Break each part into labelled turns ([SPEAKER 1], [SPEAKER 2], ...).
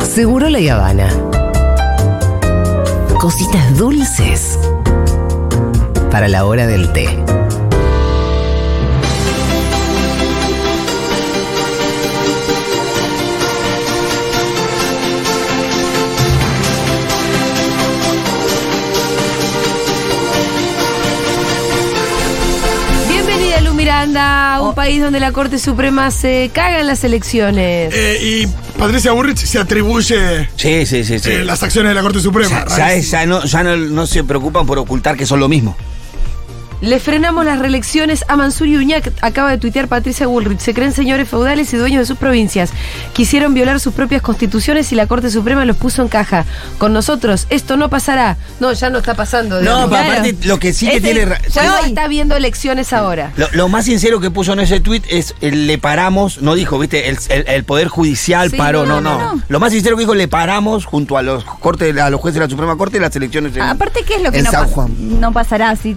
[SPEAKER 1] Seguro la Habana. Cositas dulces para la hora del té.
[SPEAKER 2] Bienvenida Lu Miranda, a
[SPEAKER 3] Oh.
[SPEAKER 2] un país donde la Corte Suprema se caga en las elecciones.
[SPEAKER 4] Eh, y Patricia Burrich se atribuye
[SPEAKER 3] Sí, sí, sí, sí.
[SPEAKER 4] eh, las acciones de la Corte Suprema.
[SPEAKER 3] ya ya, es- ya no, ya no, no se preocupan por ocultar que son lo mismo.
[SPEAKER 2] Le frenamos las reelecciones a Mansur Uñac, acaba de tuitear Patricia Bullrich. Se creen señores feudales y dueños de sus provincias. Quisieron violar sus propias constituciones y la Corte Suprema los puso en caja. Con nosotros, esto no pasará. No, ya no está pasando. digamos.
[SPEAKER 3] pero aparte, lo que sí que
[SPEAKER 2] Este
[SPEAKER 3] tiene ra-
[SPEAKER 2] Ya
[SPEAKER 3] sí.
[SPEAKER 2] no está viendo elecciones ahora.
[SPEAKER 3] Lo, lo más sincero que puso en ese tuit es eh, le paramos, no dijo, viste, el, el- el Poder Judicial
[SPEAKER 2] Sí,
[SPEAKER 3] paró,
[SPEAKER 2] no,
[SPEAKER 3] no
[SPEAKER 2] no,
[SPEAKER 3] no,
[SPEAKER 2] no.
[SPEAKER 3] Lo más sincero que dijo, le paramos junto a los cortes, a los jueces de la Suprema Corte las elecciones en,
[SPEAKER 5] Ah, Aparte, ¿qué es lo que
[SPEAKER 3] en
[SPEAKER 5] no,
[SPEAKER 3] San
[SPEAKER 5] pas-
[SPEAKER 3] Juan.
[SPEAKER 5] no pasará? Si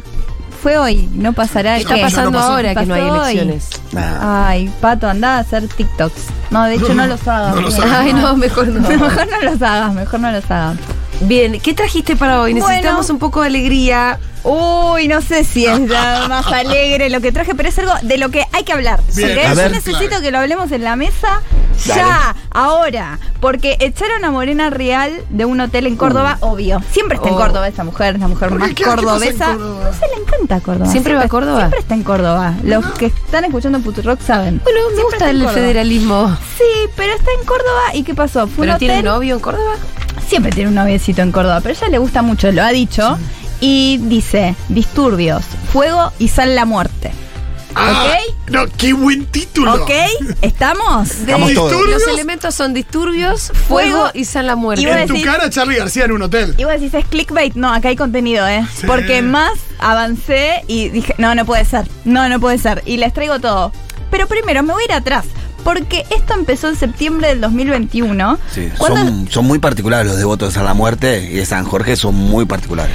[SPEAKER 5] fue hoy, no pasará. el
[SPEAKER 2] Está
[SPEAKER 5] que-
[SPEAKER 2] pasando
[SPEAKER 4] pasó.
[SPEAKER 2] ahora que no hay
[SPEAKER 5] Pasó hoy.
[SPEAKER 2] elecciones.
[SPEAKER 3] Nah.
[SPEAKER 5] Ay, Pato, andá a hacer TikToks. No, de hecho, no, los hagas.
[SPEAKER 4] no los
[SPEAKER 5] porque-
[SPEAKER 4] hagas.
[SPEAKER 2] Ay, no, mejor no.
[SPEAKER 5] mejor no los hagas, mejor no los hagas.
[SPEAKER 2] Bien, ¿qué trajiste para hoy?
[SPEAKER 5] Bueno.
[SPEAKER 2] Necesitamos un poco de alegría.
[SPEAKER 5] Uy, no sé si es la más alegre lo que traje, pero es algo de lo que hay que hablar.
[SPEAKER 4] Bien.
[SPEAKER 5] ¿ok?
[SPEAKER 3] A
[SPEAKER 5] Yo
[SPEAKER 3] ver.
[SPEAKER 5] necesito
[SPEAKER 4] Claro.
[SPEAKER 5] que lo hablemos en la mesa
[SPEAKER 3] Dale.
[SPEAKER 5] ya, ahora, porque echaron a Morena Real de un hotel en Córdoba, obvio. Siempre está en
[SPEAKER 2] Oh.
[SPEAKER 5] Córdoba esa mujer, es la
[SPEAKER 4] Uh.
[SPEAKER 5] mujer
[SPEAKER 4] ¿Por qué?
[SPEAKER 5] más
[SPEAKER 4] ¿Qué- qué pasa en
[SPEAKER 5] cordobesa.
[SPEAKER 4] Córdoba?
[SPEAKER 5] No se le encanta Córdoba.
[SPEAKER 2] ¿Siempre va a Córdoba?
[SPEAKER 5] Siempre está en Córdoba. Los que están escuchando Futurock saben.
[SPEAKER 2] Bueno, me
[SPEAKER 5] Siempre
[SPEAKER 2] gusta
[SPEAKER 5] está en
[SPEAKER 2] el
[SPEAKER 5] Córdoba.
[SPEAKER 2] federalismo.
[SPEAKER 5] Sí, pero está en Córdoba y ¿qué pasó? Fue
[SPEAKER 2] ¿Pero
[SPEAKER 5] un hotel
[SPEAKER 2] tiene novio en Córdoba?
[SPEAKER 5] siempre tiene un noviecito en Córdoba, pero ella le gusta mucho, lo ha dicho. Y dice, disturbios, fuego y sal la muerte.
[SPEAKER 4] Ah, No, qué buen título.
[SPEAKER 5] ¿Ok? ¿Estamos?
[SPEAKER 3] Vamos todos.
[SPEAKER 4] ¿Disturbios?
[SPEAKER 2] Los elementos son disturbios, fuego
[SPEAKER 5] Fuego
[SPEAKER 2] y san la muerte.
[SPEAKER 5] y iba a
[SPEAKER 4] En tu
[SPEAKER 5] decir-
[SPEAKER 4] cara, Charlie García en un hotel.
[SPEAKER 5] Y vos decís, es clickbait. No, acá hay contenido, ¿eh?
[SPEAKER 4] Sí.
[SPEAKER 5] Porque más avancé y dije, no, no puede ser. No, no puede ser. Y les traigo todo. Pero primero, me voy a ir atrás. Porque esto empezó en septiembre del 2021.
[SPEAKER 3] Sí,
[SPEAKER 2] Ah.
[SPEAKER 5] cuando
[SPEAKER 3] son, son muy particulares los devotos de San la Muerte y de San Jorge, son muy particulares.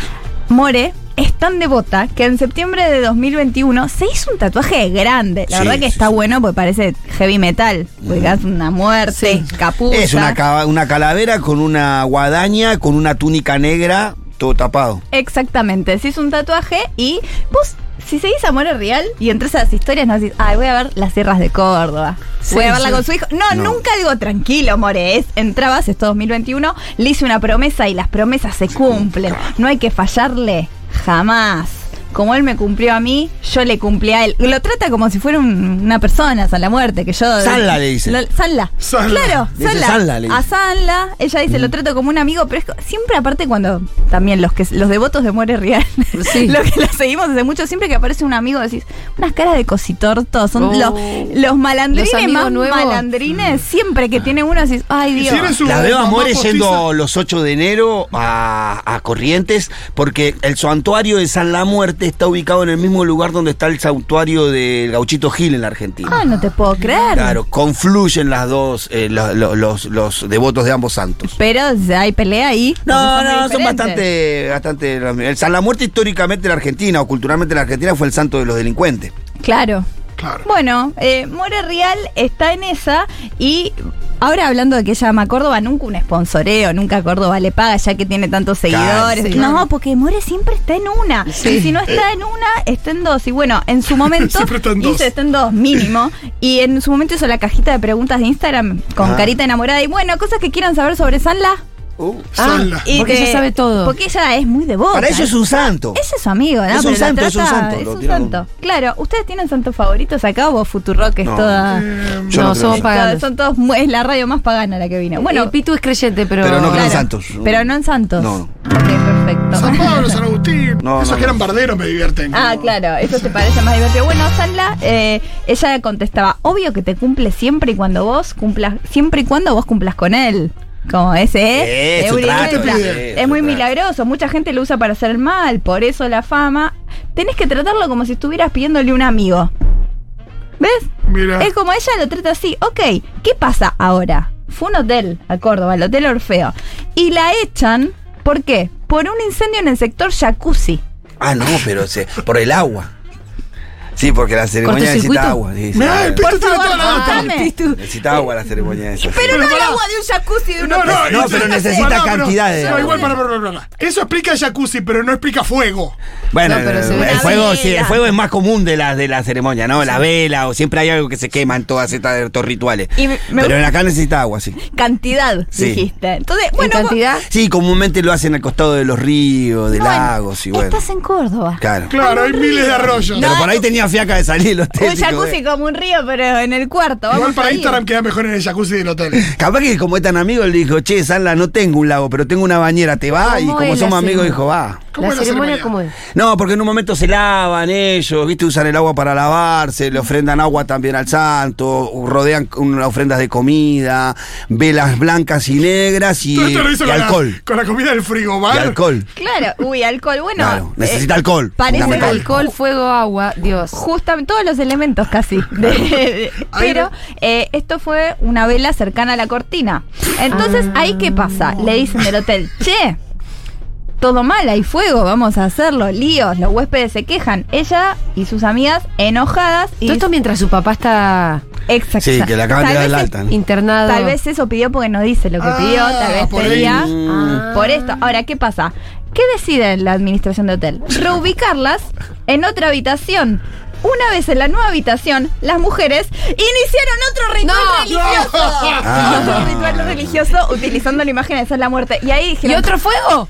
[SPEAKER 5] More es tan devota que en septiembre de 2021 se hizo un tatuaje grande. La
[SPEAKER 3] Sí,
[SPEAKER 5] verdad que
[SPEAKER 3] sí,
[SPEAKER 5] está
[SPEAKER 3] sí.
[SPEAKER 5] bueno porque parece heavy metal. Porque es una muerte,
[SPEAKER 2] Uh,
[SPEAKER 5] capucha.
[SPEAKER 3] Es una, cava- una calavera con una guadaña, con una túnica negra, todo tapado.
[SPEAKER 5] Exactamente, se hizo un tatuaje y vos, si seguís Amores Real y entras a las historias, no decís, ay, voy a ver las sierras de Córdoba. voy a verla con su hijo. No,
[SPEAKER 3] No.
[SPEAKER 5] nunca algo tranquilo, More. Es, entrabas, esto 2021, le hice una promesa y las promesas se cumplen. No hay que fallarle jamás. Como él me cumplió a mí, yo le cumplí a él. Lo trata como si fuera un- una persona, San la Muerte, que yo...
[SPEAKER 3] Sanla le dice.
[SPEAKER 5] Lo- Sanla.
[SPEAKER 4] Sanla.
[SPEAKER 5] Claro,
[SPEAKER 3] Le dice Sanla, le dice.
[SPEAKER 5] A Sanla, ella dice, lo trato como un amigo, pero es co- siempre aparte cuando también los que los devotos de More Real,
[SPEAKER 2] Sí.
[SPEAKER 5] los que la seguimos desde mucho, siempre que aparece un amigo decís, unas caras de cositorto, son
[SPEAKER 2] Oh.
[SPEAKER 5] los, los malandrines
[SPEAKER 2] Los amigos
[SPEAKER 5] más
[SPEAKER 2] nuevos.
[SPEAKER 5] malandrines, siempre que tiene uno decís, ay
[SPEAKER 4] Y tiene
[SPEAKER 5] Dios.
[SPEAKER 4] su
[SPEAKER 3] La veo a
[SPEAKER 4] mamá
[SPEAKER 3] More
[SPEAKER 4] postiza.
[SPEAKER 3] yendo los 8 de enero a, a Corrientes, porque el santuario de San La Muerte está ubicado en el mismo lugar donde está el santuario del Gauchito Gil en la Argentina.
[SPEAKER 5] Ah, no te puedo creer.
[SPEAKER 3] Claro, confluyen las dos, eh, lo- lo- los, los devotos de ambos santos.
[SPEAKER 5] Pero hay pelea ahí.
[SPEAKER 3] No,
[SPEAKER 5] porque muy
[SPEAKER 3] no, son
[SPEAKER 5] diferentes.
[SPEAKER 3] bastante, bastante. El San La Muerte históricamente en la Argentina o culturalmente en la Argentina fue el santo de los delincuentes.
[SPEAKER 5] Claro.
[SPEAKER 4] Claro.
[SPEAKER 5] Bueno, eh, More Real está en esa y ahora hablando de que ella ama a Córdoba, nunca un sponsoreo, nunca Córdoba le paga ya que tiene tantos
[SPEAKER 3] Claro.
[SPEAKER 5] seguidores.
[SPEAKER 2] Sí.
[SPEAKER 5] No, porque More siempre está en una. Y si no está en una, está en dos. Y bueno, en su momento
[SPEAKER 4] Siempre está en
[SPEAKER 5] hizo-
[SPEAKER 4] dos.
[SPEAKER 5] está en dos mínimo. Y en su momento hizo la cajita de preguntas de Instagram con
[SPEAKER 3] Ah.
[SPEAKER 5] carita enamorada. Y bueno, cosas que quieran saber sobre Sanla.
[SPEAKER 3] Uh,
[SPEAKER 4] Sanla.
[SPEAKER 5] Ah, y
[SPEAKER 2] Porque
[SPEAKER 5] te-
[SPEAKER 2] ella sabe todo.
[SPEAKER 5] Porque ella es muy devota.
[SPEAKER 3] Para ellos Oh, es un santo.
[SPEAKER 5] Ese es su amigo, ¿no?
[SPEAKER 3] Es un
[SPEAKER 5] Pero la
[SPEAKER 3] santo, es un santo,
[SPEAKER 5] Es
[SPEAKER 3] lo
[SPEAKER 5] un
[SPEAKER 3] tiran
[SPEAKER 5] santo.
[SPEAKER 3] un-
[SPEAKER 5] Claro, ¿ustedes tienen santos favoritos acá o vos Futurock es
[SPEAKER 3] No. Mm.
[SPEAKER 5] toda...
[SPEAKER 3] Yo
[SPEAKER 4] Eh,
[SPEAKER 2] no,
[SPEAKER 3] no creo
[SPEAKER 2] somos
[SPEAKER 3] en eso.
[SPEAKER 2] paganos.
[SPEAKER 5] Son todos, mu- es la radio más pagana la que vino.
[SPEAKER 2] Bueno,
[SPEAKER 5] Bueno,
[SPEAKER 2] el Pitu es creyente, pero.
[SPEAKER 3] Pero no creo en
[SPEAKER 5] claro,
[SPEAKER 3] santos.
[SPEAKER 5] Pero no en Santos.
[SPEAKER 3] No.
[SPEAKER 5] Ok, perfecto.
[SPEAKER 4] San Pablo, San Agustín.
[SPEAKER 3] No,
[SPEAKER 4] Esos
[SPEAKER 3] no,
[SPEAKER 4] que eran
[SPEAKER 3] no.
[SPEAKER 4] barderos me divierten.
[SPEAKER 5] Ah,
[SPEAKER 4] Como-
[SPEAKER 5] claro, eso te parece más divertido. Bueno, Sanla, eh, ella contestaba, obvio que te cumple siempre y cuando vos cumplas, siempre y cuando vos cumplas con él. Como ese,
[SPEAKER 3] Eh,
[SPEAKER 5] ¿eh?
[SPEAKER 3] su
[SPEAKER 5] Euri
[SPEAKER 3] trato,
[SPEAKER 5] Lepra.
[SPEAKER 3] eh,
[SPEAKER 5] es
[SPEAKER 3] su
[SPEAKER 5] muy
[SPEAKER 3] trato.
[SPEAKER 5] milagroso, mucha gente lo usa para hacer el mal, por eso la fama. Tenés que tratarlo como si estuvieras pidiéndole un amigo. ¿Ves?
[SPEAKER 4] Mira.
[SPEAKER 5] Es como ella lo trata así. Ok, ¿qué pasa ahora? Fue un hotel a Córdoba, el Hotel Orfeo. Y la echan, ¿por qué? Por un incendio en el sector jacuzzi.
[SPEAKER 3] Ah, no, pero se- por el agua. Sí, porque la ceremonia necesita
[SPEAKER 2] ¿Cortocircuito?
[SPEAKER 3] agua. sí, sí.
[SPEAKER 4] Mirá, el
[SPEAKER 5] Por
[SPEAKER 4] pito tiene
[SPEAKER 5] favor,
[SPEAKER 4] toda la data.
[SPEAKER 5] dame.
[SPEAKER 2] Pitu.
[SPEAKER 3] Necesita agua la ceremonia esa.
[SPEAKER 5] Pero no el
[SPEAKER 4] pará.
[SPEAKER 5] agua de un jacuzzi de una
[SPEAKER 4] No, no,
[SPEAKER 3] No,
[SPEAKER 4] eso-
[SPEAKER 3] pero necesita
[SPEAKER 4] Pará, pero-
[SPEAKER 3] cantidad de-
[SPEAKER 4] No, igual, para, para, para, para. Eso explica jacuzzi, pero no explica fuego.
[SPEAKER 3] Bueno,
[SPEAKER 2] No, pero se ve
[SPEAKER 3] el
[SPEAKER 5] la
[SPEAKER 3] fuego,
[SPEAKER 5] vela.
[SPEAKER 3] sí, el fuego es más común de las de la ceremonia, ¿no? La vela, o siempre hay algo que se quema en todas estas estos rituales.
[SPEAKER 5] Y me- me-
[SPEAKER 3] Pero en acá necesita agua, sí.
[SPEAKER 5] cantidad,
[SPEAKER 3] Sí.
[SPEAKER 5] dijiste. Entonces,
[SPEAKER 2] ¿En
[SPEAKER 5] bueno,
[SPEAKER 2] cantidad?
[SPEAKER 3] Sí, comúnmente lo hacen al costado de los ríos, de
[SPEAKER 5] bueno,
[SPEAKER 3] lagos y bueno.
[SPEAKER 5] Estás en Córdoba.
[SPEAKER 3] Claro.
[SPEAKER 4] Claro, hay miles de arroyos.
[SPEAKER 3] Pero
[SPEAKER 5] No,
[SPEAKER 3] por ahí tenía fiaca de salir los
[SPEAKER 5] Un
[SPEAKER 3] técnicos,
[SPEAKER 5] jacuzzi
[SPEAKER 3] eh.
[SPEAKER 5] como un río, pero en el cuarto.
[SPEAKER 4] Igual
[SPEAKER 5] vamos a
[SPEAKER 4] para
[SPEAKER 5] ir.
[SPEAKER 4] Instagram queda mejor en el jacuzzi del hotel.
[SPEAKER 3] Capaz que como es tan amigo, le dijo, che, Sala, no tengo un lago, pero tengo una bañera, te va. Y
[SPEAKER 2] ¿Cómo
[SPEAKER 3] como
[SPEAKER 2] es la
[SPEAKER 3] somos amigos,
[SPEAKER 2] ceremonia?
[SPEAKER 3] dijo, va.
[SPEAKER 4] ¿Cómo
[SPEAKER 2] ¿La
[SPEAKER 4] es la
[SPEAKER 2] ceremonia
[SPEAKER 4] ceremonia?
[SPEAKER 2] cómo es?
[SPEAKER 3] No, porque en un momento se lavan ellos, viste, usan el agua para lavarse, le ofrendan agua también al santo, rodean unas ofrendas de comida, velas blancas y negras y,
[SPEAKER 4] Todo esto lo hizo
[SPEAKER 3] y
[SPEAKER 4] con,
[SPEAKER 3] alcohol.
[SPEAKER 4] La, con la comida del frigobar.
[SPEAKER 3] Y alcohol.
[SPEAKER 5] Claro, uy, alcohol. Bueno,
[SPEAKER 3] Claro, necesita alcohol,
[SPEAKER 5] eh, Parece
[SPEAKER 3] fundamental.
[SPEAKER 5] alcohol.
[SPEAKER 2] Alcohol, fuego, agua, Dios.
[SPEAKER 5] Justamente todos los elementos casi. De- de- pero eh, esto fue una vela cercana a la cortina. Entonces,
[SPEAKER 4] Ah.
[SPEAKER 5] ¿ahí qué pasa? Le dicen del hotel, che, todo mal, hay fuego, vamos a hacerlo, líos, los huéspedes se quejan. Ella y sus amigas enojadas y...
[SPEAKER 2] Todo esto mientras su papá está
[SPEAKER 5] Exacto.
[SPEAKER 3] Sí, que le acaban de
[SPEAKER 5] Tal
[SPEAKER 3] dar el
[SPEAKER 5] vez
[SPEAKER 3] alta. ¿no?
[SPEAKER 2] internado.
[SPEAKER 5] Tal vez eso pidió porque no dice lo que
[SPEAKER 4] Ah,
[SPEAKER 5] pidió, tal vez
[SPEAKER 4] por
[SPEAKER 5] pedía
[SPEAKER 4] ahí.
[SPEAKER 2] Ah.
[SPEAKER 5] por esto. Ahora, ¿qué pasa? ¿Qué decide la administración de hotel? Reubicarlas en otra habitación. Una vez en la nueva habitación, las mujeres iniciaron otro ritual
[SPEAKER 2] No.
[SPEAKER 5] religioso.
[SPEAKER 3] Ah.
[SPEAKER 5] Otro ritual religioso utilizando la imagen de esa es la muerte. Y ahí
[SPEAKER 2] ¿Y
[SPEAKER 5] dijeron,
[SPEAKER 2] otro fuego?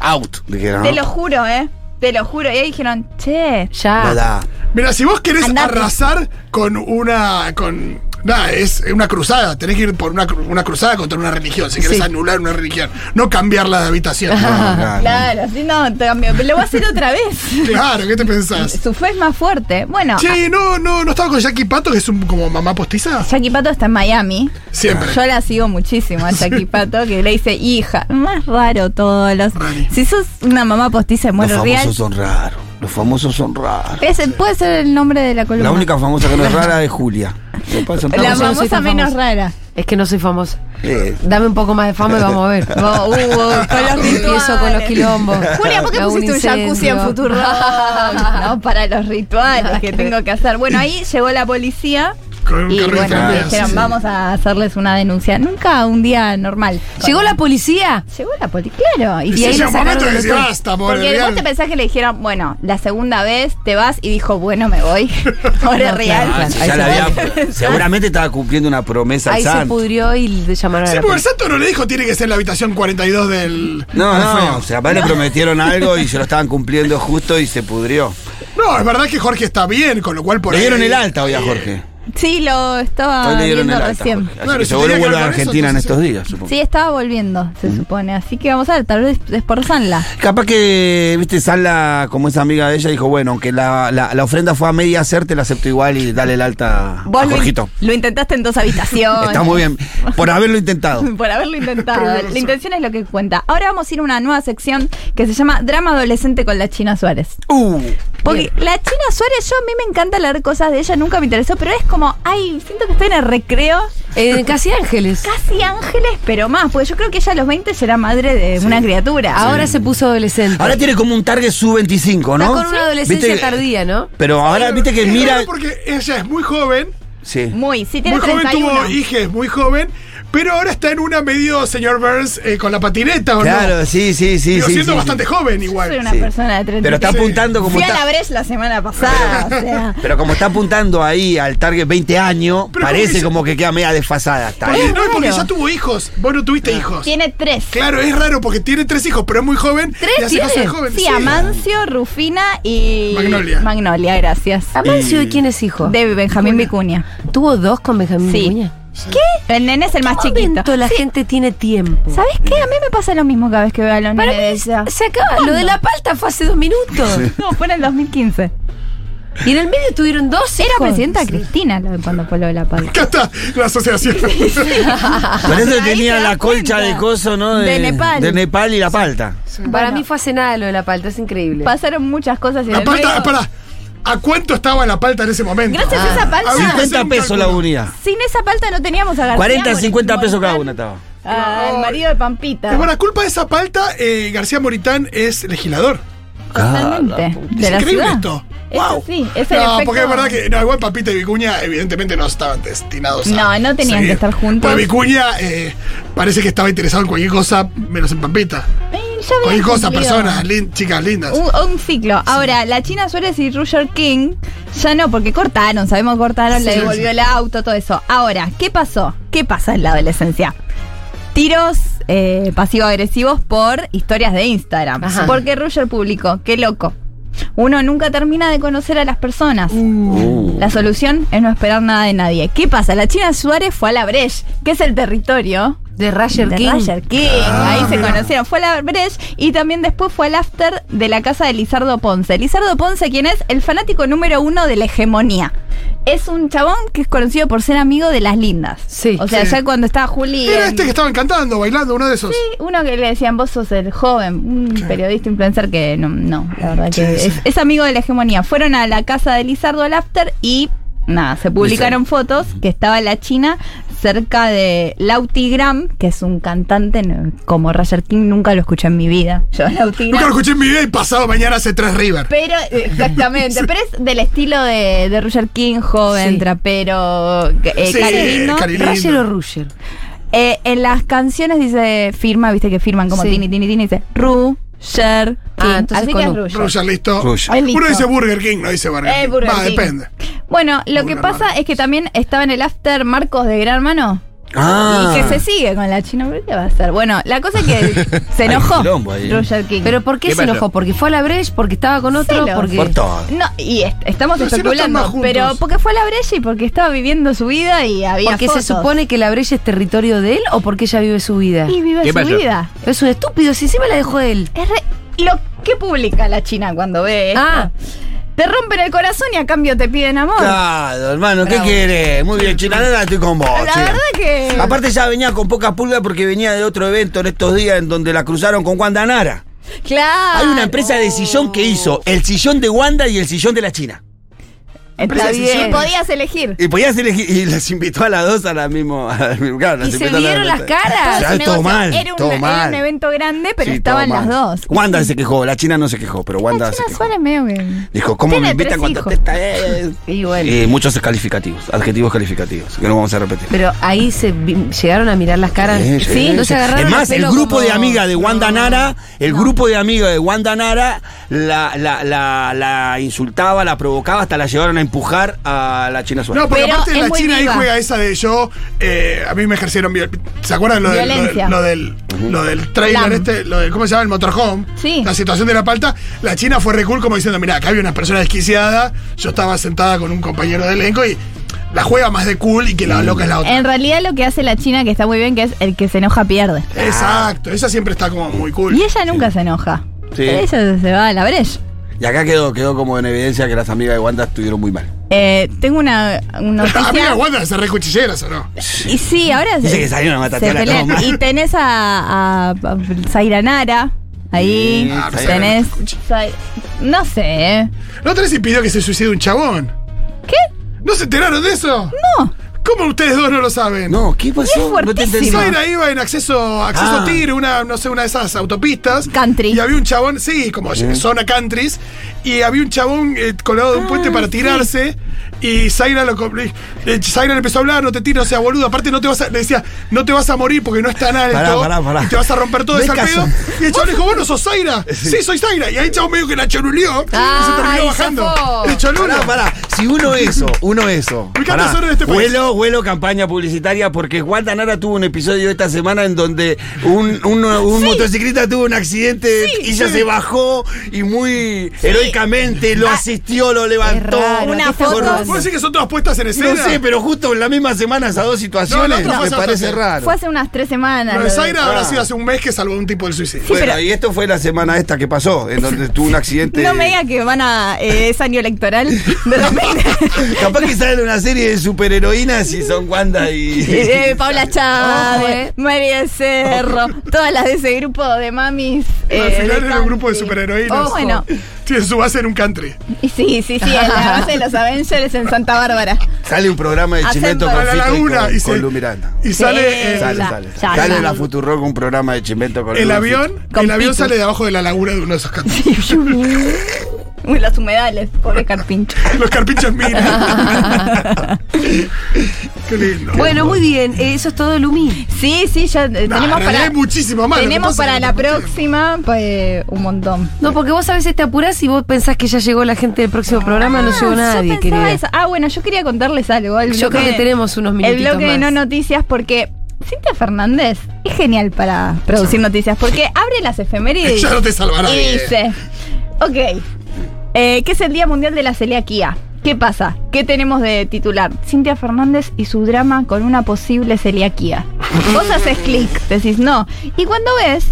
[SPEAKER 3] Out. Dijeron,
[SPEAKER 5] te
[SPEAKER 3] ¿no?
[SPEAKER 5] lo juro, ¿eh? Te lo juro. Y ahí dijeron, che,
[SPEAKER 3] No
[SPEAKER 2] Ya.
[SPEAKER 5] Ah.
[SPEAKER 3] da.
[SPEAKER 4] Mira, si vos querés
[SPEAKER 5] Andate.
[SPEAKER 4] arrasar con una. con. Nada, es una cruzada. Tenés que ir por una, cru- una cruzada contra una religión. Si querés
[SPEAKER 2] Sí.
[SPEAKER 4] anular una religión. No cambiarla de habitación.
[SPEAKER 3] Ah, No, claro.
[SPEAKER 5] claro, si no, te cambio. Lo voy a hacer otra vez.
[SPEAKER 4] claro, ¿qué te pensás?
[SPEAKER 5] Su fe es más fuerte. Bueno,
[SPEAKER 4] Che, no, no, no estaba con Jackie Pato, que es un como mamá postiza.
[SPEAKER 5] Jackie Pato está en Miami.
[SPEAKER 4] Siempre.
[SPEAKER 5] Yo la sigo muchísimo a Jackie Pato, que le dice, hija, más raro todos los...
[SPEAKER 4] Rari.
[SPEAKER 5] Si sos una mamá postiza de
[SPEAKER 3] Los
[SPEAKER 5] Muero
[SPEAKER 3] famosos
[SPEAKER 5] Real,
[SPEAKER 3] son raros. Los famosos son raros.
[SPEAKER 5] ese puede ser el nombre de la columna.
[SPEAKER 3] La única famosa que no es rara es Julia. Eh, Después son
[SPEAKER 5] La
[SPEAKER 2] No, yo
[SPEAKER 3] todos-
[SPEAKER 2] no soy
[SPEAKER 5] famosa
[SPEAKER 2] tan
[SPEAKER 5] menos
[SPEAKER 2] famosa.
[SPEAKER 5] rara.
[SPEAKER 2] Es que no soy famosa.
[SPEAKER 3] Eh,
[SPEAKER 2] Dame un poco más de fama y vamos a ver.
[SPEAKER 5] No, uh, con los
[SPEAKER 2] Empiezo Ah, con los
[SPEAKER 5] rituales.
[SPEAKER 2] quilombos.
[SPEAKER 5] Julia, ¿por qué
[SPEAKER 2] Hago un
[SPEAKER 5] pusiste un jacuzzi en
[SPEAKER 2] incendio.
[SPEAKER 5] Futuro? No, para los rituales que tengo que hacer. Bueno, ahí llegó la policía
[SPEAKER 4] Con un
[SPEAKER 2] Y
[SPEAKER 4] carro de
[SPEAKER 2] bueno,
[SPEAKER 5] y
[SPEAKER 4] camiones.
[SPEAKER 5] dijeron,
[SPEAKER 3] sí.
[SPEAKER 5] vamos a hacerles una denuncia. Nunca un día normal.
[SPEAKER 2] Llegó la policía.
[SPEAKER 5] Llegó la policía, claro. Y,
[SPEAKER 4] Sí,
[SPEAKER 5] ahí
[SPEAKER 4] llega
[SPEAKER 5] la
[SPEAKER 4] un
[SPEAKER 5] sacaron
[SPEAKER 4] momento
[SPEAKER 5] del
[SPEAKER 4] que decís,
[SPEAKER 5] hotel.
[SPEAKER 4] "Basta, pobre
[SPEAKER 5] Porque
[SPEAKER 4] Real".
[SPEAKER 5] vos te pensás que le dijeron, bueno, la segunda vez te vas y dijo, bueno, me voy. Pobre
[SPEAKER 2] No,
[SPEAKER 5] Real.
[SPEAKER 3] ah, si
[SPEAKER 2] ahí
[SPEAKER 3] ya
[SPEAKER 2] se
[SPEAKER 3] la
[SPEAKER 2] va.
[SPEAKER 3] había- seguramente estaba cumpliendo una promesa al
[SPEAKER 2] Ahí se
[SPEAKER 3] santo.
[SPEAKER 2] pudrió y le llamaron a
[SPEAKER 4] Sí,
[SPEAKER 2] la
[SPEAKER 4] porque el
[SPEAKER 2] policía.
[SPEAKER 4] santo no le dijo tiene que ser la habitación 42 del.
[SPEAKER 3] No,
[SPEAKER 4] del
[SPEAKER 3] no,
[SPEAKER 4] feo.
[SPEAKER 3] o sea, capaz le prometieron algo y se lo estaban cumpliendo justo y se pudrió.
[SPEAKER 4] No, es verdad que Jorge está bien, con lo cual por
[SPEAKER 3] le
[SPEAKER 4] ahí-
[SPEAKER 3] dieron el alta hoy a Jorge.
[SPEAKER 5] Sí, lo
[SPEAKER 3] Hoy
[SPEAKER 2] Ah,
[SPEAKER 5] estaba
[SPEAKER 3] le dieron
[SPEAKER 5] viendo
[SPEAKER 3] el alta.
[SPEAKER 5] recién.
[SPEAKER 3] Jorge. Así
[SPEAKER 4] Claro,
[SPEAKER 3] que
[SPEAKER 4] si
[SPEAKER 3] seguro
[SPEAKER 4] tenía que
[SPEAKER 3] vuelve a
[SPEAKER 4] ver con eso,
[SPEAKER 3] Argentina en
[SPEAKER 4] entonces-
[SPEAKER 3] estos días, supongo.
[SPEAKER 5] Sí, estaba volviendo, se supone. Así que vamos a ver, tal vez desporzanla.
[SPEAKER 3] Capaz que, viste, Sala, como esa amiga de ella, dijo, bueno, aunque la, la- la ofrenda fue a media hacer, te la acepto igual y dale el alta a
[SPEAKER 5] lo, in-
[SPEAKER 3] Jorgito.
[SPEAKER 5] lo intentaste en dos habitaciones.
[SPEAKER 3] Está muy bien, por haberlo intentado.
[SPEAKER 5] Por haberlo intentado.
[SPEAKER 4] Primero eso.
[SPEAKER 5] La intención es lo que cuenta. Ahora vamos a ir a una nueva sección que se llama Drama Adolescente con la China Suárez.
[SPEAKER 3] Uh,
[SPEAKER 5] Porque la China Suárez, yo a mí me encanta leer cosas de ella, nunca me interesó, pero es como, ay, siento que estoy en el recreo,
[SPEAKER 2] En Eh, Casi Ángeles.
[SPEAKER 5] casi ángeles, pero más, porque yo creo que ella a los 20 ya era madre de una criatura. Ahora
[SPEAKER 2] Ahora se puso adolescente.
[SPEAKER 3] ahora tiene como un target sub-25, ¿no?
[SPEAKER 2] Está con una adolescencia
[SPEAKER 3] Viste-
[SPEAKER 2] tardía, ¿no?
[SPEAKER 3] Pero ahora, viste que
[SPEAKER 4] Es
[SPEAKER 3] mira...
[SPEAKER 4] raro Porque ella es muy joven,
[SPEAKER 3] Sí.
[SPEAKER 5] muy, sí, tiene
[SPEAKER 4] muy joven
[SPEAKER 5] 31.
[SPEAKER 4] tuvo hijes, muy joven, pero ahora está en una medio señor Burns eh, con la patineta, ¿o
[SPEAKER 3] Claro,
[SPEAKER 4] no?
[SPEAKER 3] sí, sí, sí.
[SPEAKER 4] Digo,
[SPEAKER 3] sí,
[SPEAKER 4] siendo
[SPEAKER 3] sí,
[SPEAKER 4] bastante
[SPEAKER 3] sí.
[SPEAKER 4] joven
[SPEAKER 5] Yo soy
[SPEAKER 4] igual.
[SPEAKER 5] una
[SPEAKER 3] Sí.
[SPEAKER 5] persona de 31.
[SPEAKER 3] Pero está apuntando como
[SPEAKER 5] Fui a
[SPEAKER 3] está-
[SPEAKER 5] la Breche la semana pasada, o sea.
[SPEAKER 3] Pero como está apuntando ahí al target 20 años,
[SPEAKER 4] Pero
[SPEAKER 3] parece
[SPEAKER 4] como que-
[SPEAKER 3] como que queda media desfasada. ¿eh? Está
[SPEAKER 4] Porque,
[SPEAKER 3] ahí.
[SPEAKER 4] no, porque
[SPEAKER 5] raro.
[SPEAKER 4] ya tuvo hijos, vos no tuviste hijos.
[SPEAKER 5] Tiene tres.
[SPEAKER 4] Claro, es raro porque tiene tres hijos, pero es muy joven.
[SPEAKER 2] ¿Tres
[SPEAKER 4] y hace
[SPEAKER 2] tiene?
[SPEAKER 4] cosas de joven.
[SPEAKER 5] Sí, Amancio, Rufina y.
[SPEAKER 4] Magnolia.
[SPEAKER 5] Magnolia, gracias.
[SPEAKER 2] Amancio, ¿de quién es hijo?
[SPEAKER 5] De Benjamín Vicuña.
[SPEAKER 2] ¿Tuvo dos con Benjamín
[SPEAKER 5] Sí.
[SPEAKER 2] Vicuña?
[SPEAKER 5] ¿Qué? El nene es el más chiquito.
[SPEAKER 2] Momento, la gente tiene tiempo.
[SPEAKER 5] ¿Sabes qué? A mí me pasa lo mismo cada vez que veo a los
[SPEAKER 2] Para mí
[SPEAKER 5] nenes. ya.
[SPEAKER 2] se acaba. Lo de la palta fue hace dos minutos.
[SPEAKER 5] No, fue en el 2015.
[SPEAKER 2] Y en el medio tuvieron dos hijos.
[SPEAKER 5] Era presidenta Cristina lo de cuando Polo de la Paz.
[SPEAKER 4] Acá está la asociación.
[SPEAKER 3] Por eso
[SPEAKER 5] Ahí
[SPEAKER 3] tenía
[SPEAKER 5] te das
[SPEAKER 3] la colcha
[SPEAKER 5] cuenta.
[SPEAKER 3] de coso, ¿no?
[SPEAKER 5] De Nepal.
[SPEAKER 3] de Nepal y la palta.
[SPEAKER 2] Para
[SPEAKER 5] Bueno.
[SPEAKER 2] mí fue hace nada lo de la palta, es increíble.
[SPEAKER 5] Pasaron muchas cosas y en
[SPEAKER 4] La
[SPEAKER 5] el
[SPEAKER 4] palta,
[SPEAKER 5] medio-
[SPEAKER 4] pará. ¿A cuánto estaba la palta en ese momento?
[SPEAKER 5] Gracias a esa palta.
[SPEAKER 4] Había-
[SPEAKER 3] 50
[SPEAKER 4] un
[SPEAKER 3] Ah, pesos la
[SPEAKER 4] cálculo.
[SPEAKER 3] unidad.
[SPEAKER 5] Sin esa palta no teníamos a García.
[SPEAKER 3] 40,
[SPEAKER 5] Mori-
[SPEAKER 3] 50 pesos cada una
[SPEAKER 5] Moritán,
[SPEAKER 3] estaba.
[SPEAKER 5] Al marido de Pampita.
[SPEAKER 4] Por la culpa de esa palta, eh, García Moritán es legislador.
[SPEAKER 3] cara.
[SPEAKER 5] Totalmente.
[SPEAKER 4] Es
[SPEAKER 5] de la
[SPEAKER 4] increíble
[SPEAKER 5] ciudad.
[SPEAKER 4] esto.
[SPEAKER 5] Eso
[SPEAKER 3] Wow.
[SPEAKER 5] sí, es el
[SPEAKER 4] No,
[SPEAKER 5] efecto-
[SPEAKER 4] porque es verdad que no, igual Papita y Vicuña evidentemente no estaban destinados a
[SPEAKER 5] No, no tenían que estar juntos.
[SPEAKER 4] Pues Vicuña eh, parece que estaba interesado en cualquier cosa menos en Pampita.
[SPEAKER 5] Eh, ya habían
[SPEAKER 4] Cualquier cosa,
[SPEAKER 5] cumplido.
[SPEAKER 4] personas, lin- chicas lindas.
[SPEAKER 5] Un, un ciclo. Ahora, la China Suárez y Roger King ya no, porque cortaron, sabemos que cortaron, le
[SPEAKER 4] Sí,
[SPEAKER 5] devolvió
[SPEAKER 4] sí.
[SPEAKER 5] el auto, todo eso. Ahora, ¿qué pasó? ¿Qué pasa en la adolescencia? Tiros eh, pasivo-agresivos por historias de Instagram.
[SPEAKER 2] Ajá.
[SPEAKER 5] Porque Roger publicó, qué loco. Uno nunca termina de conocer a las personas.
[SPEAKER 3] Uh.
[SPEAKER 5] La solución es no esperar nada de nadie. ¿Qué pasa? La China Suárez fue a la Breche, que es el territorio
[SPEAKER 2] De Roger
[SPEAKER 5] de
[SPEAKER 2] King.
[SPEAKER 5] Roger King.
[SPEAKER 4] Ah,
[SPEAKER 5] Ahí se
[SPEAKER 4] mira.
[SPEAKER 5] conocieron. Fue a la Breche y también después fue al after de la casa de Lizardo Ponce. Lizardo Ponce, quien es el fanático número uno de la hegemonía. Es un chabón que es conocido por ser amigo de las lindas.
[SPEAKER 2] Sí.
[SPEAKER 5] O sea,
[SPEAKER 4] Sí.
[SPEAKER 5] ya cuando estaba Juli.
[SPEAKER 4] Era
[SPEAKER 5] en-
[SPEAKER 4] este que estaban cantando, bailando, uno de esos.
[SPEAKER 5] Uno que le decían, vos sos el joven, un periodista influencer que no, no la verdad que
[SPEAKER 4] Sí, sí.
[SPEAKER 5] Es, es amigo de la hegemonía. Fueron a la casa de Lizardo al after y nada, se publicaron fotos que estaba la China cerca de Lautigram, que es un cantante no, como Roger King, nunca lo escuché en mi vida. Yo Lauti
[SPEAKER 4] Nunca
[SPEAKER 5] Graham.
[SPEAKER 4] lo escuché en mi vida y pasado mañana hace tres River.
[SPEAKER 5] Pero, exactamente, pero es del estilo de, de Roger King, joven,
[SPEAKER 2] Sí.
[SPEAKER 5] trapero, eh,
[SPEAKER 4] Sí,
[SPEAKER 5] carino.
[SPEAKER 4] cari- Qué lindo.
[SPEAKER 2] Roger o Roger.
[SPEAKER 5] Eh, en las canciones dice firma, viste que firman como
[SPEAKER 2] Sí.
[SPEAKER 5] Tini, Tini, Tini, dice Rusher King.
[SPEAKER 2] Ah, entonces
[SPEAKER 5] Así
[SPEAKER 2] con
[SPEAKER 5] que es
[SPEAKER 2] U.
[SPEAKER 5] Rusher.
[SPEAKER 4] Roger, listo.
[SPEAKER 3] Roger.
[SPEAKER 5] Ay, listo.
[SPEAKER 4] Uno dice Burger King, no dice Burger
[SPEAKER 5] Eh,
[SPEAKER 4] King.
[SPEAKER 5] Burger
[SPEAKER 4] Va,
[SPEAKER 5] King.
[SPEAKER 4] depende.
[SPEAKER 5] Bueno, lo que
[SPEAKER 4] Burger
[SPEAKER 5] pasa
[SPEAKER 4] Man.
[SPEAKER 5] es que también estaba en el after Marcos de Gran Hermano.
[SPEAKER 3] Ah.
[SPEAKER 5] Y que se sigue con la china, pero ¿qué va a hacer? Bueno, la cosa es que se
[SPEAKER 3] Hay
[SPEAKER 5] enojó
[SPEAKER 3] quilombo ahí, ¿eh?
[SPEAKER 5] Roger King.
[SPEAKER 2] ¿Pero por qué,
[SPEAKER 3] ¿Qué
[SPEAKER 2] se
[SPEAKER 3] pasó?
[SPEAKER 2] enojó? ¿Porque fue a la Breche? ¿Porque estaba con otro?
[SPEAKER 5] Celos.
[SPEAKER 2] Porque...
[SPEAKER 3] Por todo.
[SPEAKER 5] no, y est- estamos
[SPEAKER 4] Pero si no están
[SPEAKER 5] especulando,
[SPEAKER 4] más juntos.
[SPEAKER 5] pero porque fue a la Breche y porque estaba viviendo su vida y había
[SPEAKER 2] ¿Porque se
[SPEAKER 5] fotos.
[SPEAKER 2] supone que la Breche es territorio de él o porque ella vive su vida?
[SPEAKER 5] y vive
[SPEAKER 3] ¿Qué
[SPEAKER 5] su
[SPEAKER 3] pasó?
[SPEAKER 5] vida.
[SPEAKER 2] Es un estúpido, si encima la dejó él.
[SPEAKER 5] Es re- lo que publica la China cuando ve esto.
[SPEAKER 2] Ah.
[SPEAKER 5] Te rompen el corazón y a cambio te piden amor.
[SPEAKER 3] Claro, hermano, ¿qué
[SPEAKER 2] Bravo.
[SPEAKER 3] quieres? Muy bien, China, nada, estoy con vos.
[SPEAKER 5] La
[SPEAKER 3] che.
[SPEAKER 5] verdad que-
[SPEAKER 3] Aparte ya venía con poca pulga porque venía de otro evento en estos días en donde la cruzaron con Wanda Nara.
[SPEAKER 5] Claro.
[SPEAKER 3] Hay una empresa de sillón que hizo el sillón de Wanda y el sillón de la China.
[SPEAKER 5] Está
[SPEAKER 4] empresa de
[SPEAKER 5] bien.
[SPEAKER 4] decisiones.
[SPEAKER 5] Y podías elegir.
[SPEAKER 3] Y podías elegir, y las invitó a las dos a la mismo, a la mismo- claro,
[SPEAKER 2] ¿Y se
[SPEAKER 3] invitó a
[SPEAKER 2] vieron
[SPEAKER 3] dos.
[SPEAKER 2] las caras?
[SPEAKER 3] Ya,
[SPEAKER 5] Todo su
[SPEAKER 3] todo
[SPEAKER 5] negocio.
[SPEAKER 3] mal,
[SPEAKER 5] Era un,
[SPEAKER 3] todo
[SPEAKER 5] era
[SPEAKER 3] mal.
[SPEAKER 5] un evento grande, pero
[SPEAKER 3] Sí,
[SPEAKER 5] estaban
[SPEAKER 3] todo
[SPEAKER 5] las
[SPEAKER 3] mal.
[SPEAKER 5] dos.
[SPEAKER 3] Wanda se quejó, la China no se quejó, pero Wanda
[SPEAKER 5] La
[SPEAKER 3] se
[SPEAKER 5] China
[SPEAKER 3] quejó.
[SPEAKER 5] Suárez medio que-
[SPEAKER 3] Dijo, ¿cómo
[SPEAKER 5] Tiene
[SPEAKER 3] me invitan
[SPEAKER 5] tres
[SPEAKER 3] cuando
[SPEAKER 5] hijos.
[SPEAKER 3] te está- eh?
[SPEAKER 2] Y bueno.
[SPEAKER 3] Eh, muchos calificativos, adjetivos calificativos, que no vamos a repetir.
[SPEAKER 2] Pero ahí se vi- llegaron a mirar las caras.
[SPEAKER 3] Sí, sí,
[SPEAKER 2] no
[SPEAKER 3] sí.
[SPEAKER 2] se agarraron.
[SPEAKER 3] Es más, el
[SPEAKER 2] pelo
[SPEAKER 3] grupo
[SPEAKER 2] como-
[SPEAKER 3] de amigas de Wanda
[SPEAKER 2] No.
[SPEAKER 3] Nara, el grupo de amigas de Wanda Nara la, la, la, la insultaba, la provocaba, hasta la llevaron a empujar a la China Suárez.
[SPEAKER 4] No, porque
[SPEAKER 5] Pero
[SPEAKER 4] aparte
[SPEAKER 5] es
[SPEAKER 4] la
[SPEAKER 5] muy
[SPEAKER 4] China
[SPEAKER 5] viva.
[SPEAKER 4] ahí juega esa de yo. eh, a mí me ejercieron viol- ¿Se acuerdan lo del, lo, del-
[SPEAKER 5] Violencia.
[SPEAKER 4] lo del, lo del trailer
[SPEAKER 5] Lam.
[SPEAKER 4] este? Lo del, ¿Cómo se llama? El motorhome.
[SPEAKER 5] Sí.
[SPEAKER 4] La situación de la palta. La China fue recul como diciendo, mira, acá había una persona desquiciada. Yo estaba sentada con un compañero de elenco y la juega más de cool y que la loca es la otra.
[SPEAKER 5] En realidad lo que hace la China, que está muy bien, que es el que se enoja pierde.
[SPEAKER 4] Exacto, esa siempre está como muy cool.
[SPEAKER 5] Y ella nunca se enoja.
[SPEAKER 3] Sí.
[SPEAKER 5] Pero Ella se va a la brecha.
[SPEAKER 3] Y acá quedó, quedó como en evidencia que las amigas de Wanda estuvieron muy mal.
[SPEAKER 5] Eh, tengo una, una
[SPEAKER 3] Ah,
[SPEAKER 4] A mí
[SPEAKER 5] noticia.
[SPEAKER 4] me aguantan esas recuchilleras o no.
[SPEAKER 5] Y sí, ahora
[SPEAKER 3] Dice
[SPEAKER 5] se-
[SPEAKER 3] que salieron a matar
[SPEAKER 5] se
[SPEAKER 3] a la
[SPEAKER 5] pelean.
[SPEAKER 3] toma.
[SPEAKER 5] Y tenés a, a, a Zaira Nara ahí.
[SPEAKER 3] Ah,
[SPEAKER 4] pero
[SPEAKER 5] tenés.
[SPEAKER 4] Zaira no escucha.
[SPEAKER 5] Zai- no sé. ¿eh?
[SPEAKER 4] La otra vez se pidió que se suicide un chabón.
[SPEAKER 5] ¿Qué?
[SPEAKER 4] ¿No se enteraron de eso?
[SPEAKER 5] No.
[SPEAKER 4] ¿Cómo ustedes dos no lo saben?
[SPEAKER 3] No, ¿qué pasó?
[SPEAKER 5] Es
[SPEAKER 3] no te
[SPEAKER 5] fuertísimo.
[SPEAKER 3] entendí.
[SPEAKER 4] Zaira iba en acceso, acceso
[SPEAKER 3] Ah.
[SPEAKER 4] Tigre, una, no sé, una de esas autopistas.
[SPEAKER 5] Country.
[SPEAKER 4] Y había un chabón, sí, como zona countries. Y había un chabón eh, colgado de un puente para tirarse. Y Zaira, lo, co- le- eh, Zaira le empezó a hablar, no te tires, o sea, boludo. Aparte, no te vas a, le decía, no te vas a morir porque no está nada
[SPEAKER 3] Pará, pará, pará.
[SPEAKER 4] Y te vas a romper todo
[SPEAKER 3] No
[SPEAKER 4] ese
[SPEAKER 3] es caso.
[SPEAKER 4] pedo. Y el chabón le dijo, vos no sos Zaira. Sí, soy Zaira. Y ahí el chabón medio que la choruleó. y se
[SPEAKER 5] Ah,
[SPEAKER 4] terminó
[SPEAKER 5] y
[SPEAKER 4] bajando.
[SPEAKER 5] zafó.
[SPEAKER 4] El cholulo.
[SPEAKER 3] Pará, pará. Si uno eso, uno eso.
[SPEAKER 4] Me encanta
[SPEAKER 3] Pará.
[SPEAKER 4] hacer en este país.
[SPEAKER 3] Vuelo, vuelo campaña publicitaria porque Wanda Nara tuvo un episodio esta semana en donde un, un- un motociclista tuvo un accidente y ella se bajó y muy heroicamente
[SPEAKER 5] Ah,
[SPEAKER 3] lo asistió, lo levantó.
[SPEAKER 2] raro,
[SPEAKER 5] Una
[SPEAKER 2] ¿qué está
[SPEAKER 5] foto.
[SPEAKER 2] pasando?
[SPEAKER 4] ¿Vos decís que son todas puestas en escena?
[SPEAKER 3] No sé, pero justo en la misma semana esas dos situaciones
[SPEAKER 4] No, no, no,
[SPEAKER 3] me
[SPEAKER 4] no,
[SPEAKER 3] parece
[SPEAKER 4] no, no.
[SPEAKER 3] raro.
[SPEAKER 5] Fue hace unas tres semanas.
[SPEAKER 4] Lo
[SPEAKER 5] lo
[SPEAKER 4] de
[SPEAKER 5] de-
[SPEAKER 4] Zaira habrá
[SPEAKER 3] Ah.
[SPEAKER 4] sido hace un mes que salvó a un tipo del suicidio.
[SPEAKER 3] Bueno, y esto fue la semana esta que pasó, en donde tuvo un accidente.
[SPEAKER 5] No me digas que van a. eh, es año electoral. De repente.
[SPEAKER 3] Capaz que sale una serie de superheroínas y son Wanda y.
[SPEAKER 5] Eh, eh, Paula Chávez,
[SPEAKER 2] Ojo, eh.
[SPEAKER 5] María del Cerro, todas las de ese grupo de mamis
[SPEAKER 4] Al
[SPEAKER 5] eh, de
[SPEAKER 4] final era un
[SPEAKER 5] country.
[SPEAKER 4] grupo de superheroínas.
[SPEAKER 5] Oh, bueno.
[SPEAKER 4] Tiene su base en un country.
[SPEAKER 5] Y sí, sí, sí, en la base de los Avengers en Santa Bárbara.
[SPEAKER 3] Sale un programa de
[SPEAKER 5] Hacen
[SPEAKER 3] Chimento
[SPEAKER 5] por-
[SPEAKER 3] con
[SPEAKER 4] A la
[SPEAKER 3] Fito y
[SPEAKER 4] laguna.
[SPEAKER 3] con,
[SPEAKER 4] y
[SPEAKER 3] con
[SPEAKER 4] se-
[SPEAKER 3] Lu Miranda.
[SPEAKER 4] Y sale. eh,
[SPEAKER 5] Sí.
[SPEAKER 3] Sale,
[SPEAKER 5] Ya,
[SPEAKER 3] sale.
[SPEAKER 5] ya,
[SPEAKER 3] sale
[SPEAKER 5] ya.
[SPEAKER 3] la Futurock un programa de Chimento con
[SPEAKER 4] El
[SPEAKER 3] Lu y
[SPEAKER 4] avión,
[SPEAKER 5] Con
[SPEAKER 4] el avión
[SPEAKER 5] Pitu.
[SPEAKER 4] sale de abajo de la laguna de uno de esos carpinchos.
[SPEAKER 5] Uy, las humedales, pobre carpincho.
[SPEAKER 4] Los carpinchos miran. Qué lindo.
[SPEAKER 2] Bueno, muy bien. eh, Eso es todo, Lumi.
[SPEAKER 5] Sí, sí, ya eh,
[SPEAKER 4] Nah,
[SPEAKER 5] tenemos
[SPEAKER 4] en realidad
[SPEAKER 5] para.
[SPEAKER 4] hay muchísimo más, lo que
[SPEAKER 5] Tenemos
[SPEAKER 4] pasa es
[SPEAKER 5] para
[SPEAKER 4] que
[SPEAKER 5] la
[SPEAKER 4] no tenemos
[SPEAKER 5] próxima pues, un montón.
[SPEAKER 2] No, porque vos a veces te apurás y vos pensás que ya llegó la gente del próximo programa, no
[SPEAKER 5] Ah,
[SPEAKER 2] llegó
[SPEAKER 5] yo
[SPEAKER 2] nadie,
[SPEAKER 5] pensaba
[SPEAKER 2] querida.
[SPEAKER 5] eso. Ah, bueno, yo quería contarles algo. El
[SPEAKER 2] Yo creo
[SPEAKER 5] bloque-
[SPEAKER 2] que tenemos unos
[SPEAKER 5] El
[SPEAKER 2] minutitos
[SPEAKER 5] bloque de
[SPEAKER 2] más.
[SPEAKER 5] no noticias porque Cintia Fernández es genial para producir noticias porque abre las efemérides
[SPEAKER 4] Ya no te salvará.
[SPEAKER 5] y
[SPEAKER 4] nadie.
[SPEAKER 5] dice, ok, eh, que es el Día Mundial de la Celiaquía. ¿Qué pasa? ¿Qué tenemos de titular? Cintia Fernández y su drama con una posible celiaquía. Vos haces clic, decís no. Y cuando ves,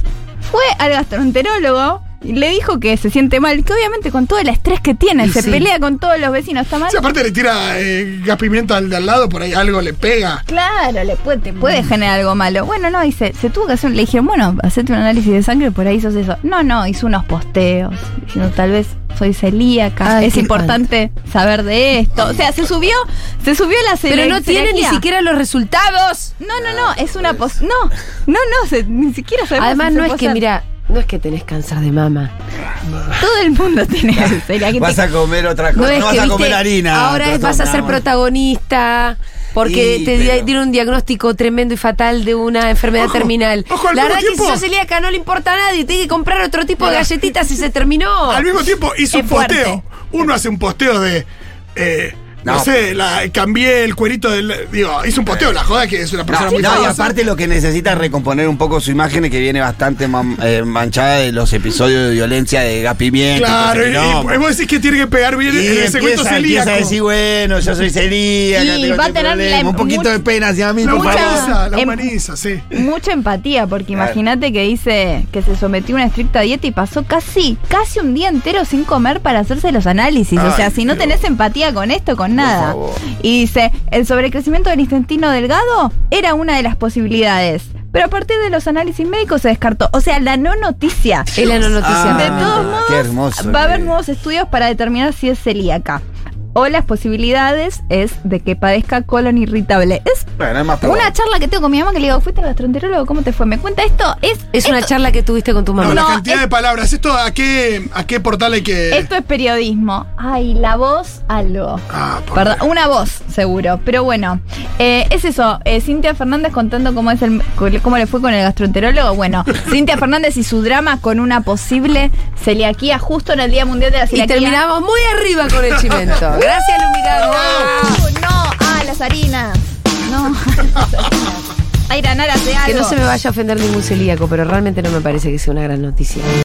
[SPEAKER 5] fue al gastroenterólogo y le dijo que se siente mal, que obviamente con todo el estrés que tiene,
[SPEAKER 2] Y
[SPEAKER 5] se
[SPEAKER 2] sí.
[SPEAKER 5] pelea con todos los vecinos, está mal.
[SPEAKER 4] Sí, aparte le tira eh, gas pimienta al de al lado, por ahí algo le pega.
[SPEAKER 5] Claro, le puede, te puede
[SPEAKER 2] Mm.
[SPEAKER 5] generar algo malo. Bueno, no, dice, se tuvo que hacer, un- le dijeron, bueno, hacete un análisis de sangre, por ahí sos eso. No, no, hizo unos posteos, diciendo, tal vez soy celíaca,
[SPEAKER 2] Ay,
[SPEAKER 5] es
[SPEAKER 2] qué
[SPEAKER 5] importante saber de esto. O sea, se subió, se subió la cel-
[SPEAKER 2] Pero no
[SPEAKER 5] celiaquía.
[SPEAKER 2] tiene ni siquiera los resultados.
[SPEAKER 5] No, no, no, es una pos... No, no, no, se- ni siquiera sabemos
[SPEAKER 2] Además,
[SPEAKER 5] si se
[SPEAKER 2] no es
[SPEAKER 5] puede
[SPEAKER 2] que,
[SPEAKER 5] hacer.
[SPEAKER 2] mira, no es que tenés cáncer de mama.
[SPEAKER 5] Todo el mundo tiene
[SPEAKER 3] Lu.
[SPEAKER 5] celiaquía.
[SPEAKER 3] Vas a comer otra
[SPEAKER 2] No,
[SPEAKER 3] cosa. No,
[SPEAKER 2] es
[SPEAKER 3] vas
[SPEAKER 2] que
[SPEAKER 3] a comer
[SPEAKER 2] viste,
[SPEAKER 3] harina.
[SPEAKER 2] ahora es-
[SPEAKER 3] Entonces,
[SPEAKER 2] vas a
[SPEAKER 3] no,
[SPEAKER 2] ser
[SPEAKER 3] no.
[SPEAKER 2] protagonista porque
[SPEAKER 3] Y,
[SPEAKER 2] te
[SPEAKER 3] pero-
[SPEAKER 2] di- dieron un diagnóstico tremendo y fatal de una enfermedad terminal.
[SPEAKER 4] ojo, al
[SPEAKER 2] La
[SPEAKER 4] mismo
[SPEAKER 2] verdad que si
[SPEAKER 4] tiempo-
[SPEAKER 2] sos celíaca no le importa a nadie, tiene que comprar otro tipo de galletitas si se terminó.
[SPEAKER 4] Al mismo tiempo hizo
[SPEAKER 5] Oh, Es
[SPEAKER 4] un posteo.
[SPEAKER 5] fuerte.
[SPEAKER 4] Uno hace un posteo de. eh, no,
[SPEAKER 3] No.
[SPEAKER 4] sé, la- cambié el cuerito del. Digo, hizo un posteo, la joda que es una persona
[SPEAKER 3] No,
[SPEAKER 4] muy
[SPEAKER 3] no, y
[SPEAKER 4] famosa.
[SPEAKER 3] aparte lo que necesita es recomponer un poco su imagen que viene bastante man- eh, manchada de los episodios de violencia de Gapimiento.
[SPEAKER 4] Claro, y, y- y vos decís que tiene que pegar bien en el segmento
[SPEAKER 3] empieza, empieza a
[SPEAKER 4] celíaco.
[SPEAKER 3] decir, bueno, yo soy celíaca,
[SPEAKER 5] Y
[SPEAKER 3] tengo
[SPEAKER 5] va a
[SPEAKER 3] este
[SPEAKER 5] tener
[SPEAKER 3] problema,
[SPEAKER 5] la-
[SPEAKER 3] un poquito
[SPEAKER 5] mucha-
[SPEAKER 3] de pena hacia mí,
[SPEAKER 4] La
[SPEAKER 3] por favor.
[SPEAKER 4] humaniza, la
[SPEAKER 5] Em-
[SPEAKER 4] humaniza, sí.
[SPEAKER 5] Mucha empatía, porque
[SPEAKER 3] Claro.
[SPEAKER 5] imagínate que dice que se sometió a una estricta dieta y pasó casi, casi un día entero sin comer para hacerse los análisis. o
[SPEAKER 4] Ay,
[SPEAKER 5] sea, si no
[SPEAKER 4] Dios.
[SPEAKER 5] tenés empatía con esto, con nada.
[SPEAKER 3] favor.
[SPEAKER 5] Y dice, el sobrecrecimiento del intestino delgado era una de las posibilidades. Pero a partir de los análisis médicos se descartó. O sea, la no noticia.
[SPEAKER 2] Es la no noticia.
[SPEAKER 3] Ah,
[SPEAKER 5] De
[SPEAKER 2] realmente.
[SPEAKER 5] todos
[SPEAKER 3] qué
[SPEAKER 5] modos,
[SPEAKER 3] hermoso,
[SPEAKER 5] va a haber
[SPEAKER 3] qué-
[SPEAKER 5] nuevos estudios para determinar si es celíaca. O las posibilidades es de que padezca colon irritable. Es
[SPEAKER 3] Bueno, es más probable.
[SPEAKER 5] una charla que tengo con mi mamá que le digo, ¿fuiste al gastroenterólogo? ¿Cómo te fue? ¿Me cuenta esto? Es,
[SPEAKER 2] es una
[SPEAKER 5] esto-
[SPEAKER 2] charla que tuviste con tu
[SPEAKER 4] No,
[SPEAKER 2] mamá.
[SPEAKER 4] la
[SPEAKER 5] No,
[SPEAKER 4] cantidad
[SPEAKER 5] es-
[SPEAKER 4] de palabras. ¿Esto a qué, a qué portal hay que.?
[SPEAKER 5] Esto es periodismo. Ay, la voz, algo.
[SPEAKER 4] Ah, por
[SPEAKER 5] Perdón, una voz, seguro. Pero bueno, eh, es eso. eh, Cintia Fernández contando cómo, es el, cómo le fue con el gastroenterólogo. Bueno, Cintia Fernández y su drama con una posible celiaquía justo en el Día Mundial de la
[SPEAKER 2] Y
[SPEAKER 5] Celiaquía.
[SPEAKER 2] terminamos muy arriba con el chimento. Gracias, Lumiranda.
[SPEAKER 5] ¡Oh, no! ¡Ah, las harinas! No. Ay, Nara, de algo.
[SPEAKER 2] Que no se me vaya a ofender ningún celíaco, pero realmente no me parece que sea una gran noticia.